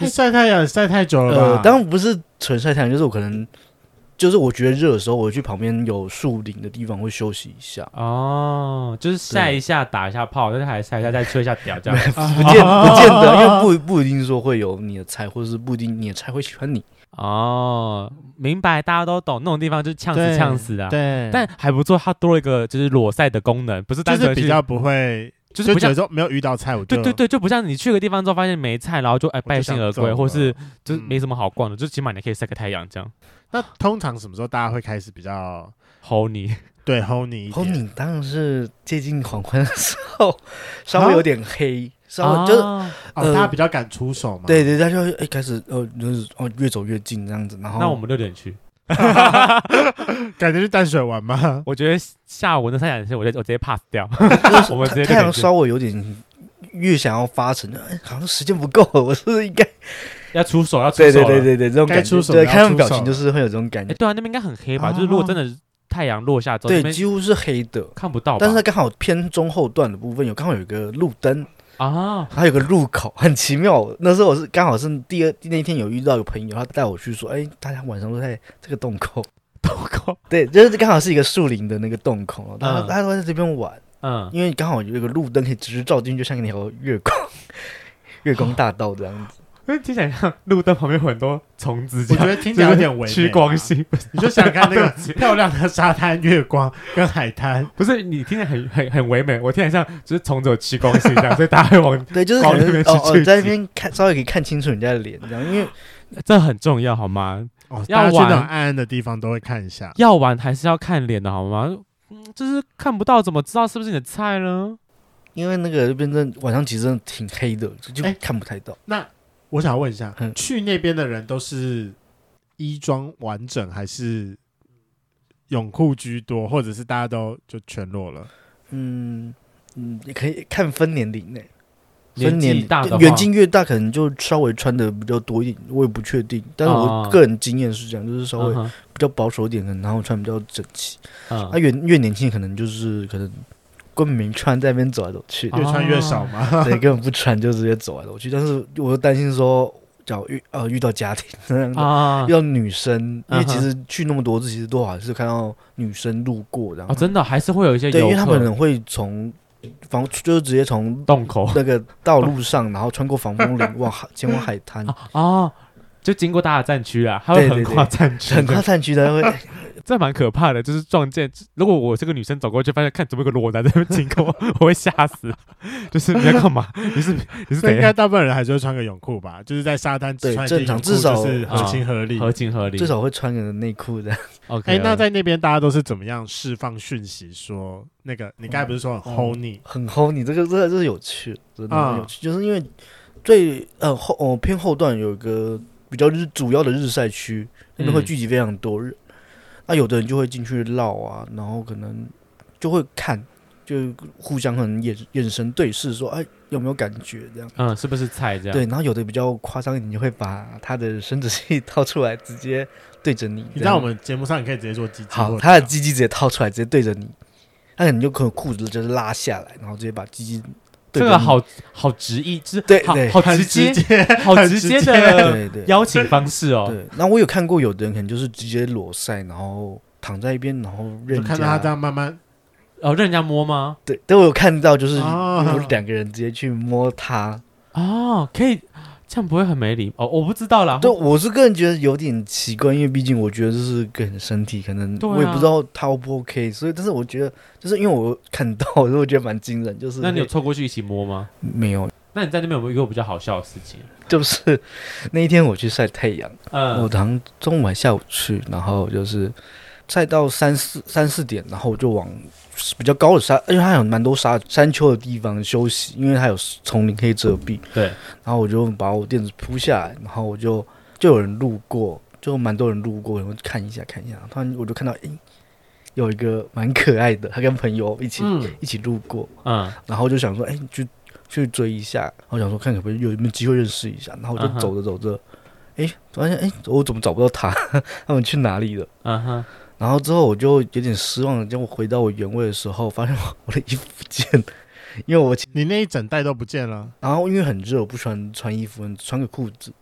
Speaker 1: 你晒太阳晒太久了
Speaker 4: 呃
Speaker 1: 吧？，
Speaker 4: 当然不是纯晒太阳，就是我可能。就是我觉得热的时候，我去旁边有树林的地方会休息一 下，
Speaker 3: 哦，就是晒一下，打一下炮，但是还晒一下，再吹一下屌，这 样。
Speaker 4: 不见不见得，因为不不一定说会有你的菜，或者是不一定你的菜会喜欢你。
Speaker 3: 哦，明白，大家都懂，那种地方就是呛死
Speaker 1: 对
Speaker 3: 呛死啊。
Speaker 1: 对，
Speaker 3: 但还不错，它多了一个就是裸晒的功能，不是
Speaker 1: 就
Speaker 3: 单纯
Speaker 1: 是比
Speaker 3: 去
Speaker 1: 较不会，
Speaker 3: 就
Speaker 1: 就是
Speaker 3: 不
Speaker 1: 觉
Speaker 3: 像
Speaker 1: 得说没有遇到菜，我就
Speaker 3: 对对对，就不像你去个地方之后发现没菜，然后就哎
Speaker 1: 就
Speaker 3: 败兴
Speaker 1: 想
Speaker 3: 而归，
Speaker 1: 走
Speaker 3: 或是
Speaker 1: 了
Speaker 3: 就是
Speaker 1: 嗯
Speaker 3: 没什么好逛的，就起码你可以晒个太阳这样。
Speaker 1: 那通常什么时候大家会开始比较
Speaker 3: 吼你，
Speaker 1: 对 hold 你一
Speaker 4: 然后
Speaker 1: 点？
Speaker 4: 哦你当然是接近黄昏的时候，稍微有点黑， 稍微就是
Speaker 3: 啊
Speaker 1: 哦，
Speaker 4: 呃
Speaker 1: 大家比较敢出手嘛？
Speaker 4: 对，对，他就会哎开始呃就是哦越走越近这样子，然后
Speaker 3: 那我们六点去，
Speaker 1: 感觉去淡水玩吗？
Speaker 3: 我觉得下午那三两天我就我直接 pass 掉，
Speaker 4: 就是
Speaker 3: 我们直接六
Speaker 4: 太太
Speaker 3: 点
Speaker 4: 阳
Speaker 3: 去
Speaker 4: 稍微有点越想要发沉，哎好像时间不够了，我是不是应该
Speaker 3: 要出手要出手
Speaker 4: 对对
Speaker 3: 了
Speaker 4: 对对对这种
Speaker 1: 该
Speaker 4: 感
Speaker 1: 出
Speaker 4: 觉，
Speaker 1: 手
Speaker 4: 对，
Speaker 1: 要
Speaker 4: 看他们
Speaker 1: 出
Speaker 4: 表
Speaker 1: 手
Speaker 4: 情就是会有这种感
Speaker 3: 哎、
Speaker 4: 觉，
Speaker 3: 对啊，那边应该很黑吧？就是如果真的太阳落下之后，那
Speaker 4: 对，
Speaker 3: 边
Speaker 4: 几乎是黑的，
Speaker 3: 看不到吧。
Speaker 4: 但是它刚好偏中后段的部分有刚好有一个路灯，
Speaker 3: 啊，
Speaker 4: 还有个入口，很奇妙。那时候我是刚好是第二那一天有遇到一个朋友，他带我去说，哎、大家晚上都在这个洞口，
Speaker 3: 都够。
Speaker 4: 对，就是刚好是一个树林的那个洞口，然后
Speaker 3: 嗯
Speaker 4: 大家都在这边玩，
Speaker 3: 嗯，
Speaker 4: 因为 刚好有一个路灯可以直照进去，就像一条月光，月光大道这样子。
Speaker 3: 因为听起来像路灯旁边有很多虫子这
Speaker 1: 我
Speaker 3: 样，
Speaker 1: 觉得听起来有点唯美啊
Speaker 3: 趋光。性，不是
Speaker 1: 你就想想看那
Speaker 3: 对不
Speaker 1: 个
Speaker 3: 起
Speaker 1: 漂亮的沙滩月光跟海滩，
Speaker 3: 不是你听起来很很很唯美，我听起来像就是虫子有趋光性这样，所以大家会往
Speaker 4: 对，就是
Speaker 3: 搞
Speaker 4: 可
Speaker 3: 那
Speaker 4: 能
Speaker 3: 边
Speaker 4: 哦
Speaker 3: 去
Speaker 4: 哦
Speaker 3: 聚，集
Speaker 4: 在那边看稍微可以看清楚人家的脸，这样，因为
Speaker 3: 这很重要好吗？
Speaker 1: 哦，大
Speaker 3: 要
Speaker 1: 家去那种
Speaker 3: 玩
Speaker 1: 暗暗的地方都会看一下。
Speaker 3: 要玩还是要看脸的好吗？嗯，就是看不到怎么知道是不是你的菜呢？
Speaker 4: 因为那个变成晚上其实真的挺黑的，就就
Speaker 1: 哎
Speaker 4: 看不太到。
Speaker 1: 我想问一下
Speaker 4: 嗯，
Speaker 1: 去那边的人都是衣装完整还是泳裤居多，或者是大家都就全裸了？
Speaker 4: 嗯嗯，也可以看分年龄呢、
Speaker 3: 年
Speaker 4: 分
Speaker 3: 纪
Speaker 4: 年
Speaker 3: 大的话
Speaker 4: 远近越大，可能就稍微穿的比较多一点，我也不确定。但是我
Speaker 3: 哦
Speaker 4: 个人经验是这样，就是稍微
Speaker 3: 嗯哼
Speaker 4: 比较保守一点，可能然后穿比较整齐。
Speaker 3: 嗯
Speaker 4: 那越越年轻，可能就是可能根本没穿，在那边走来走去，
Speaker 3: 哦嗯
Speaker 1: 越穿越少 吗？
Speaker 4: 对，根本不穿就直接走来走去。但是我又担心说，假如遇呃遇到家庭这样子，
Speaker 3: 啊
Speaker 4: 遇到女生，因为
Speaker 3: 嗯哼
Speaker 4: 其实去那么多次，其实都还是看到女生路过，然后、
Speaker 3: 啊，真的还是会有一些
Speaker 4: 对，因
Speaker 3: 游
Speaker 4: 为他们可
Speaker 3: 客
Speaker 4: 能会从防就是直接从
Speaker 3: 洞口
Speaker 4: 那个道路上，然后穿过防风林往海前往海滩。
Speaker 3: 啊啊，就经过大的战区啊，他会
Speaker 4: 嗯
Speaker 3: 横
Speaker 4: 对对
Speaker 3: 跨战区
Speaker 4: 很
Speaker 3: 的
Speaker 4: 快散去的会，
Speaker 3: 这蛮可怕的，就是撞见。如果我这个女生走过去，发现看怎么有个裸男在那边经过， 我会吓死。就是你要干嘛？你是你是
Speaker 1: 所以
Speaker 3: 怎
Speaker 1: 应该
Speaker 3: 样？
Speaker 1: 大部分人还是会穿个泳裤吧，就是在沙滩只
Speaker 4: 对
Speaker 1: 穿一
Speaker 4: 正
Speaker 1: 件
Speaker 4: 常
Speaker 1: 泳裤
Speaker 4: 至少
Speaker 1: 就是合情合理。
Speaker 3: 合情合理。
Speaker 4: 至少会穿个内裤的。
Speaker 3: OK
Speaker 1: 哎、
Speaker 3: 了。
Speaker 1: 那
Speaker 4: 啊
Speaker 1: 在那边大家都是怎么样释放讯息说？那个你刚才不是说很
Speaker 4: 嗯
Speaker 1: honey？、
Speaker 4: 很齁，你这个这个这是有趣，真的很有
Speaker 1: 嗯
Speaker 4: 趣，就是因为最呃后哦偏后段有一个比较日主要的日晒区，那边会
Speaker 3: 嗯
Speaker 4: 聚集非常多人，那、有的人就会进去绕啊，然后可能就会看，就互相可能眼眼神对视说，哎有没有感觉这样。
Speaker 3: 嗯，是不是菜这样？
Speaker 4: 对，，然后有的比较夸张一点，就会把他的生殖器掏出来，直接对着你。
Speaker 1: 你
Speaker 4: 这
Speaker 1: 在
Speaker 4: 样
Speaker 1: 我们节目上，你可以直接说鸡鸡或
Speaker 4: 好，
Speaker 1: 者
Speaker 4: 他的鸡鸡直接掏出来，直接对着你，他可能就可能裤子就是拉下来，然后直接把鸡鸡
Speaker 3: 这
Speaker 4: 对着
Speaker 3: 个
Speaker 4: 你
Speaker 3: 好好直译，就是
Speaker 4: 对
Speaker 3: 好
Speaker 4: 对
Speaker 3: 好
Speaker 1: 很
Speaker 3: 直接，
Speaker 1: 接，
Speaker 3: 好
Speaker 1: 很
Speaker 3: 直
Speaker 1: 直
Speaker 3: 接
Speaker 1: 接
Speaker 3: 的
Speaker 4: 对对
Speaker 3: 邀请方式哦。
Speaker 4: 对。那我有看过有的人可能就是直接裸晒，然后躺在一边，然后
Speaker 1: 就
Speaker 4: 任
Speaker 1: 看到他这
Speaker 4: 家
Speaker 1: 样慢慢
Speaker 3: 哦，让人家摸吗？
Speaker 4: 对，都有看到就是
Speaker 1: 哦
Speaker 4: 有两个人直接去摸他。
Speaker 3: 哦，可以，这样不会很没礼哦。我不知道啦。
Speaker 4: 对，我是个人觉得有点奇怪，因为毕竟我觉得这是个人身体，可能
Speaker 3: 对啊
Speaker 4: 我也不知道他 O 不 OK，所以但是我觉得就是因为我看到， 所以我觉得蛮惊人，就是
Speaker 3: 那你有凑过去一起摸吗？
Speaker 4: 没有？
Speaker 3: 那你在那边有没有一个比较好笑的事情？
Speaker 4: 就是那一天我去晒太阳。呃我
Speaker 3: 嗯，
Speaker 4: 好像中午还下午去，然后就是晒到三四三四点，然后我就往比较高的山，因为它有蛮多沙山丘的地方休息，因为它有丛林可以遮蔽。
Speaker 3: 对，
Speaker 4: 然后我就把我垫子铺下来，然后我就就有人路过，就蛮多人路过，然后看一下看一下，突然我就看到，诶，有一个蛮可爱的，他跟朋友一起、
Speaker 3: 嗯
Speaker 4: 一起路过，
Speaker 3: 嗯，
Speaker 4: 然后就想说，哎、去去追一下，然后想说看可不可以有没有机会认识一下，然后我就
Speaker 3: 嗯哼
Speaker 4: 走着走着，哎、发现哎、我怎么找不到他， 他们去哪里了？
Speaker 3: 嗯哼，
Speaker 4: 然后之后我就有点失望了，结果回到我原位的时候，发现我我的衣服不见了， 因为我
Speaker 1: 你那一整袋都不见了。
Speaker 4: 然后因为很热，我不喜欢穿衣服，穿个裤子，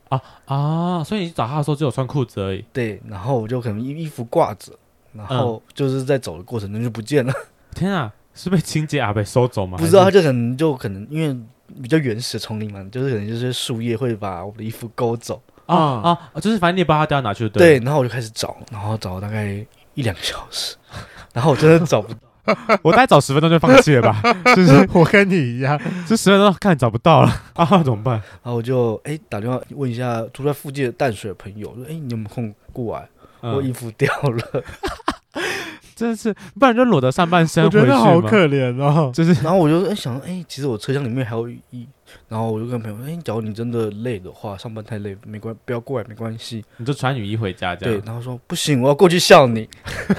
Speaker 3: 啊，所以你找他的时候只有穿裤子而已。
Speaker 4: 对，然后我就可能衣衣服挂着，然后就是在走的过程中就不见了，
Speaker 3: 天啊，是被清洁阿被收走吗？
Speaker 4: 不知道
Speaker 3: 还
Speaker 4: 他
Speaker 3: 是
Speaker 4: 就可能就可能因为比较原始的丛林嘛，就是可能就是树叶会把我的衣服勾走。
Speaker 3: 啊
Speaker 1: 嗯
Speaker 3: 啊，就是反正你也不知道他掉哪去，
Speaker 4: 对
Speaker 3: 对，
Speaker 4: 然后我就开始找，然后找大概一两个小时， 然后我真的找不 到，
Speaker 3: 了。我大概找十分钟就放弃了 吧，就是
Speaker 1: 我跟你一样，
Speaker 3: 这十分钟看找不到了啊，怎么办？
Speaker 4: 然后我就哎打电话问一下住在附近的淡水的朋友，我说哎你有没有空过来？我衣
Speaker 3: 嗯，
Speaker 4: 服掉了，
Speaker 3: 真的是，不然就裸着上半身
Speaker 1: 我
Speaker 3: 回
Speaker 1: 觉
Speaker 3: 去
Speaker 1: 得好
Speaker 3: 嘛。
Speaker 1: 可怜哦。
Speaker 3: 就是
Speaker 4: 然后我就哎想哎其实我车厢里面还有雨衣，然后我就跟朋友说哎假如你真的累的话，上班太累没关不要过来没关系，
Speaker 3: 你就穿雨衣回家这
Speaker 4: 对
Speaker 3: 样，，
Speaker 4: 然后说不行我要过去笑你，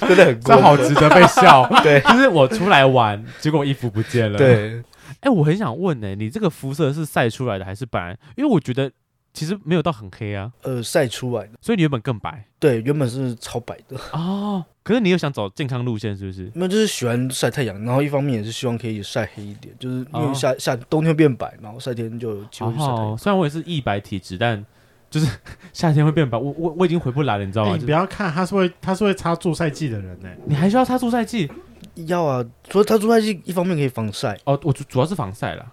Speaker 4: 真的很 过
Speaker 3: 这好
Speaker 4: 分
Speaker 3: 值得被 笑。
Speaker 4: 对
Speaker 3: 就是我出来玩，结果我衣服不见了。，
Speaker 4: 对，
Speaker 3: 哎，我很想问呢，你这个肤色是晒出来的还是本来？因为我觉得其实没有到很黑啊，
Speaker 4: 呃晒出来的，
Speaker 3: 所以你原本更白
Speaker 4: 对原本是超白的。
Speaker 3: 哦。可是你又想走健康路线，是不是？
Speaker 4: 没有，就是喜欢晒太阳，然后一方面也是希望可以晒黑一点，就是因
Speaker 3: 哦
Speaker 4: 为夏、夏冬天变白，然后夏天就有机会去晒太阳。
Speaker 3: 哦，虽然我也是易白体质，但就是 夏天会变白，我我我已经回不来了，你知道
Speaker 1: 哎
Speaker 3: 吗？
Speaker 1: 你
Speaker 3: 就
Speaker 1: 不
Speaker 3: 是
Speaker 1: 要看，他是会他是会擦助赛剂的人呢、
Speaker 3: 你还需要擦助晒剂
Speaker 4: 要啊，所以它出晒是一方面可以防晒，
Speaker 3: 哦，我主主要是防晒啦。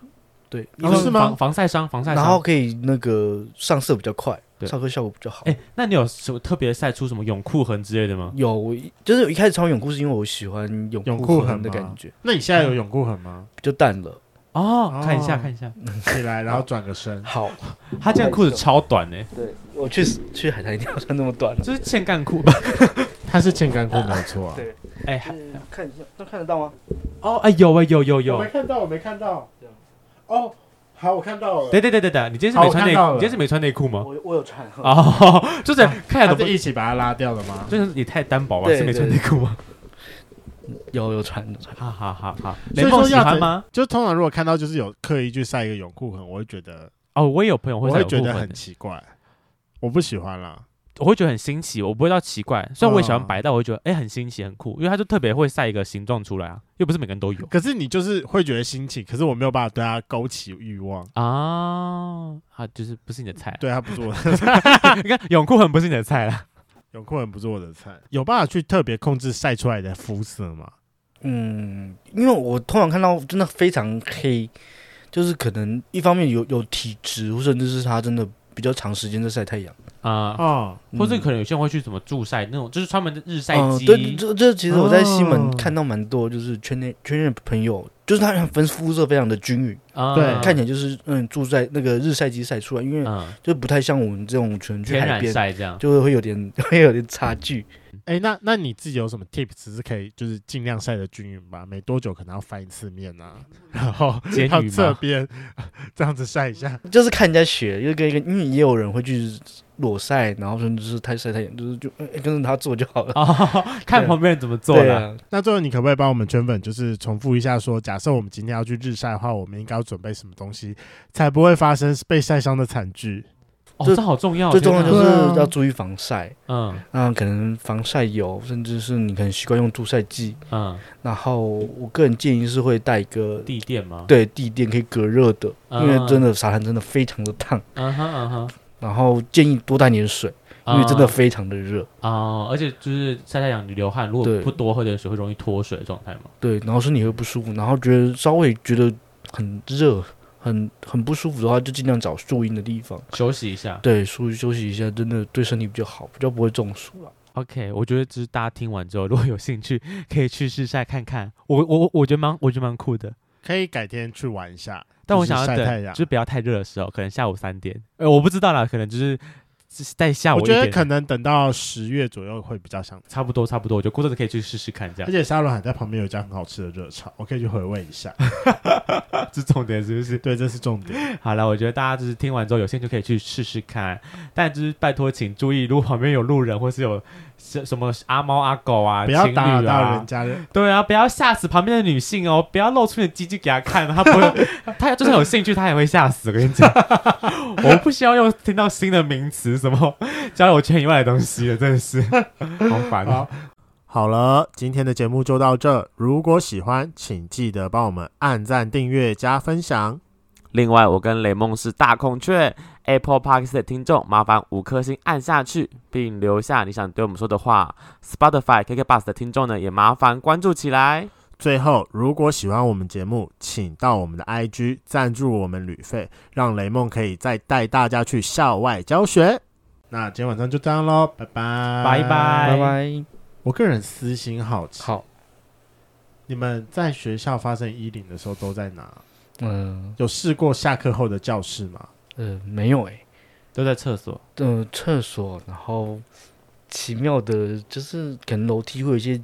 Speaker 4: 对，
Speaker 1: 哦
Speaker 4: 因为
Speaker 1: 是吗
Speaker 3: 防防晒伤，防晒
Speaker 4: 然后
Speaker 3: 伤。
Speaker 4: 可以那个上色比较快，
Speaker 3: 对
Speaker 4: 上色效果比较好。
Speaker 3: 哎、那你有什么特别晒出什么泳裤痕之类的吗？
Speaker 4: 有，我一就是我一开始穿泳裤是因为我喜欢泳
Speaker 1: 泳裤
Speaker 4: 裤
Speaker 1: 痕
Speaker 4: 痕的
Speaker 1: 吗
Speaker 4: 感觉，
Speaker 1: 那你现在有泳裤痕 吗？
Speaker 4: 比较淡了。
Speaker 3: 哦
Speaker 1: 哦，
Speaker 3: 看一下看一下，
Speaker 1: 起来，然后转个身。
Speaker 4: 好，
Speaker 3: 他这件裤子超短哎、
Speaker 4: 对我去去海滩一定要穿那么短的。
Speaker 3: 就是欠干裤吧？
Speaker 1: 它是欠干裤没有错啊。
Speaker 4: 对
Speaker 3: 哎、还
Speaker 4: 看一下，那看得到吗？
Speaker 3: 哦哎、有哎、有有
Speaker 1: 我
Speaker 3: 有
Speaker 1: 没，看到，我没看到。哦，好，我看到了。
Speaker 3: 等等等等等，你今天是没穿内，
Speaker 1: 好我看到了
Speaker 3: 你今天是没穿内裤吗？
Speaker 4: 我我有穿。
Speaker 3: 哦，就是看起来
Speaker 1: 他
Speaker 3: 怎
Speaker 1: 是
Speaker 3: 么
Speaker 1: 一起把它拉掉的吗？
Speaker 3: 就是你太单薄吧？啊
Speaker 4: 对
Speaker 3: 是没穿内裤吗？
Speaker 4: 有有穿有穿。
Speaker 3: 哈哈哈哈！
Speaker 1: 所
Speaker 3: 雷
Speaker 1: 以说
Speaker 3: 梦喜
Speaker 1: 要
Speaker 3: 欢
Speaker 1: 怎
Speaker 3: 吗？
Speaker 1: 就通常如果看到就是有刻意去晒一个泳裤痕，我会觉得
Speaker 3: 哦，我也有朋友会
Speaker 1: 我
Speaker 3: 晒
Speaker 1: 会
Speaker 3: 泳
Speaker 1: 觉
Speaker 3: 裤
Speaker 1: 得
Speaker 3: 痕
Speaker 1: 很
Speaker 3: 的，
Speaker 1: 奇怪，我不喜欢啦。
Speaker 3: 我会觉得很新奇，我不会到奇怪。虽然我也喜欢
Speaker 1: 嗯
Speaker 3: 白，但我会觉得哎、很新奇，很酷，因为他就特别会晒一个形状出来啊，又不是每个人都有
Speaker 1: 可是你就是会觉得新奇，可是我没有办法对它勾起欲望。
Speaker 3: 啊。他就是不是你的菜，啊
Speaker 1: 对它不是我的
Speaker 3: 你看泳裤很不是你的菜啦。
Speaker 1: 泳裤痕不是我的菜，有办法去特别控制晒出来的肤色吗？
Speaker 4: 嗯，因为我通常看到真的非常黑，就是可能一方面有有体质，或甚至是他真的比较长时间在晒太阳，
Speaker 3: 啊、
Speaker 1: 哦，
Speaker 4: 嗯
Speaker 3: 或者可能有些人会去什么助晒那种，就是专门的日晒
Speaker 4: 嗯，
Speaker 3: 机。
Speaker 4: 对，这这其实我在西门
Speaker 1: 哦
Speaker 4: 看到蛮多，就是圈
Speaker 3: 哦
Speaker 4: 内圈内朋友，就是他分肤色非常的均匀，
Speaker 3: 啊
Speaker 1: 对
Speaker 4: 看起来就是嗯住在那个日晒机晒出来，因为
Speaker 3: 嗯，
Speaker 4: 就不太像我们这种全去
Speaker 3: 天
Speaker 4: 海
Speaker 3: 然
Speaker 4: 边，
Speaker 3: 晒这样。
Speaker 4: 就会有点 会有点差距。
Speaker 1: 哎、那那你自己有什么 tips 是可以就是尽量晒的均匀吧？每多久可能要翻一次面啊，然后
Speaker 3: 煎鱼
Speaker 1: 到
Speaker 3: 吗
Speaker 1: 侧边 这样子晒一下。
Speaker 4: 就是看人家学，就跟一个，因为也有人会去裸晒，然后甚至是太晒太阳，就是就、哎跟着他做就好了。
Speaker 3: 哦， 看旁边人怎么做
Speaker 4: 对
Speaker 3: 啦。
Speaker 4: 啊，
Speaker 1: 那最后你可不可以帮我们圈粉，就是重复一下说，假设我们今天要去日晒的话，我们应该要准备什么东西，才不会发生被晒伤的惨剧？
Speaker 3: 哦，
Speaker 4: 这
Speaker 3: 这好重要。
Speaker 4: 最重要
Speaker 3: 天
Speaker 4: 就
Speaker 3: 哪
Speaker 4: 是
Speaker 1: 对啊
Speaker 4: 要注意防晒，
Speaker 3: 嗯
Speaker 4: 那可能防晒油，甚至是你可能习惯用助晒剂。
Speaker 3: 嗯，
Speaker 4: 然后我个人建议是会带一个
Speaker 3: 地垫啊吗？
Speaker 4: 对地垫可以隔热的，因为真
Speaker 3: 的，
Speaker 4: 的沙滩真的非常的烫。
Speaker 3: 嗯哼嗯哼，
Speaker 4: 然后建议多带点水，
Speaker 3: 啊
Speaker 4: 因为真的非常的热。
Speaker 3: 啊，而且就是晒太阳你流汗，如果
Speaker 4: 对
Speaker 3: 不多喝点水，会容易脱水的状态嘛。
Speaker 4: 对，然后身体会不舒服，然后觉得稍微觉得很热、很很不舒服的话，就尽量找树荫的地方。
Speaker 3: 休息一下。
Speaker 4: 对，舒休息一下，真的对身体比较好，比较不会中暑了。
Speaker 3: OK，我觉得就是大家听完之后，如果有兴趣，可以去试晒看看。我我我我觉得蛮我觉得蛮酷的，
Speaker 1: 可以改天去玩一下。
Speaker 3: 但我
Speaker 1: 就是
Speaker 3: 想要
Speaker 1: 晒太
Speaker 3: 等，
Speaker 1: 阳
Speaker 3: 就是不要太热的时候，可能下午三点。呃，我不知道啦，可能就是就是在下午
Speaker 1: 我
Speaker 3: 一
Speaker 1: 觉
Speaker 3: 点，
Speaker 1: 得可能等到十月左右会比较想，
Speaker 3: 差不多差不多。我觉得过阵子可以去试试看，这
Speaker 1: 而
Speaker 3: 样
Speaker 1: 且沙伦海在旁边有一家很好吃的热炒，我可以去回味一 下。
Speaker 3: 这 重点是不是？
Speaker 1: 对，这是重点。
Speaker 3: 好了，我觉得大家就是听完之后有兴趣可以去试试看，但就是拜托请注意，如果旁边有路人或是有什什么阿猫阿狗啊，
Speaker 1: 不要
Speaker 3: 情
Speaker 1: 打扰
Speaker 3: 侣
Speaker 1: 到
Speaker 3: 啊
Speaker 1: 人，家的。
Speaker 3: 对啊，不要吓死旁边的女性哦，不要露出你的鸡鸡给她看，她不会， 她就算有兴趣，她也会吓死。我跟你讲， 我不需要用听到新的名词，什么交友圈以外的东西了，真的是 好烦啊。
Speaker 1: 好，好了，今天的节目就到这。如果喜欢，请记得帮我们按赞、订阅、加分享。
Speaker 2: 另外，我跟雷梦是大孔雀 Apple Park 的听众，麻烦五颗星按下去，并留下你想对我们说的话。Spotify KK Bus 的听众呢，也麻烦关注起来。
Speaker 1: 最后，如果喜欢我们节目，请到我们的 IG 赞助我们旅费，让雷梦可以再带大家去校外教学。那今天晚上就这样喽，拜拜，
Speaker 3: 拜拜
Speaker 4: 拜拜。
Speaker 1: 我个人私心好奇，
Speaker 4: 好，
Speaker 1: 你们在学校发生衣领的时候都在哪？
Speaker 4: 嗯
Speaker 1: 有试过下课后的教室吗？
Speaker 4: 呃，没有哎、
Speaker 3: 都在厕所，
Speaker 4: 嗯、厕所，然后奇妙的，就是可能楼梯会有一些，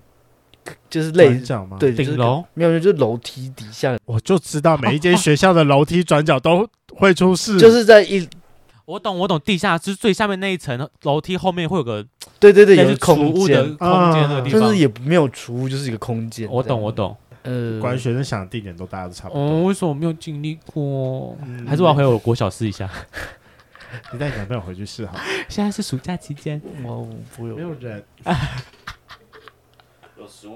Speaker 4: 就是类
Speaker 1: 转角吗？
Speaker 4: 对，就是
Speaker 3: 顶楼
Speaker 4: 没有，就是楼梯底下，
Speaker 1: 我就知道每一间学校的楼梯转角都会出事，
Speaker 4: 就是在一，
Speaker 3: 我懂我懂，地下就是最下面那一层楼梯后面会有个
Speaker 4: 对对对，有
Speaker 3: 类
Speaker 4: 个
Speaker 3: 似储
Speaker 4: 空
Speaker 3: 物的
Speaker 4: 间，啊
Speaker 3: 空间那个地
Speaker 4: 就
Speaker 3: 方
Speaker 4: 是。也没有储物，就是一个空间。
Speaker 3: 我懂，
Speaker 4: 这样
Speaker 3: 我。懂。
Speaker 4: 呃，
Speaker 1: 关于学生想的地点都大家都差不多。
Speaker 4: 嗯
Speaker 3: 哦，为什么我没有经历过？
Speaker 1: 嗯
Speaker 3: 还是我要回我国小试一 下。
Speaker 1: 你带你男朋友回去试好，
Speaker 3: 现在是暑假期间。
Speaker 4: 我不会有
Speaker 1: 没有人。
Speaker 2: 有食物。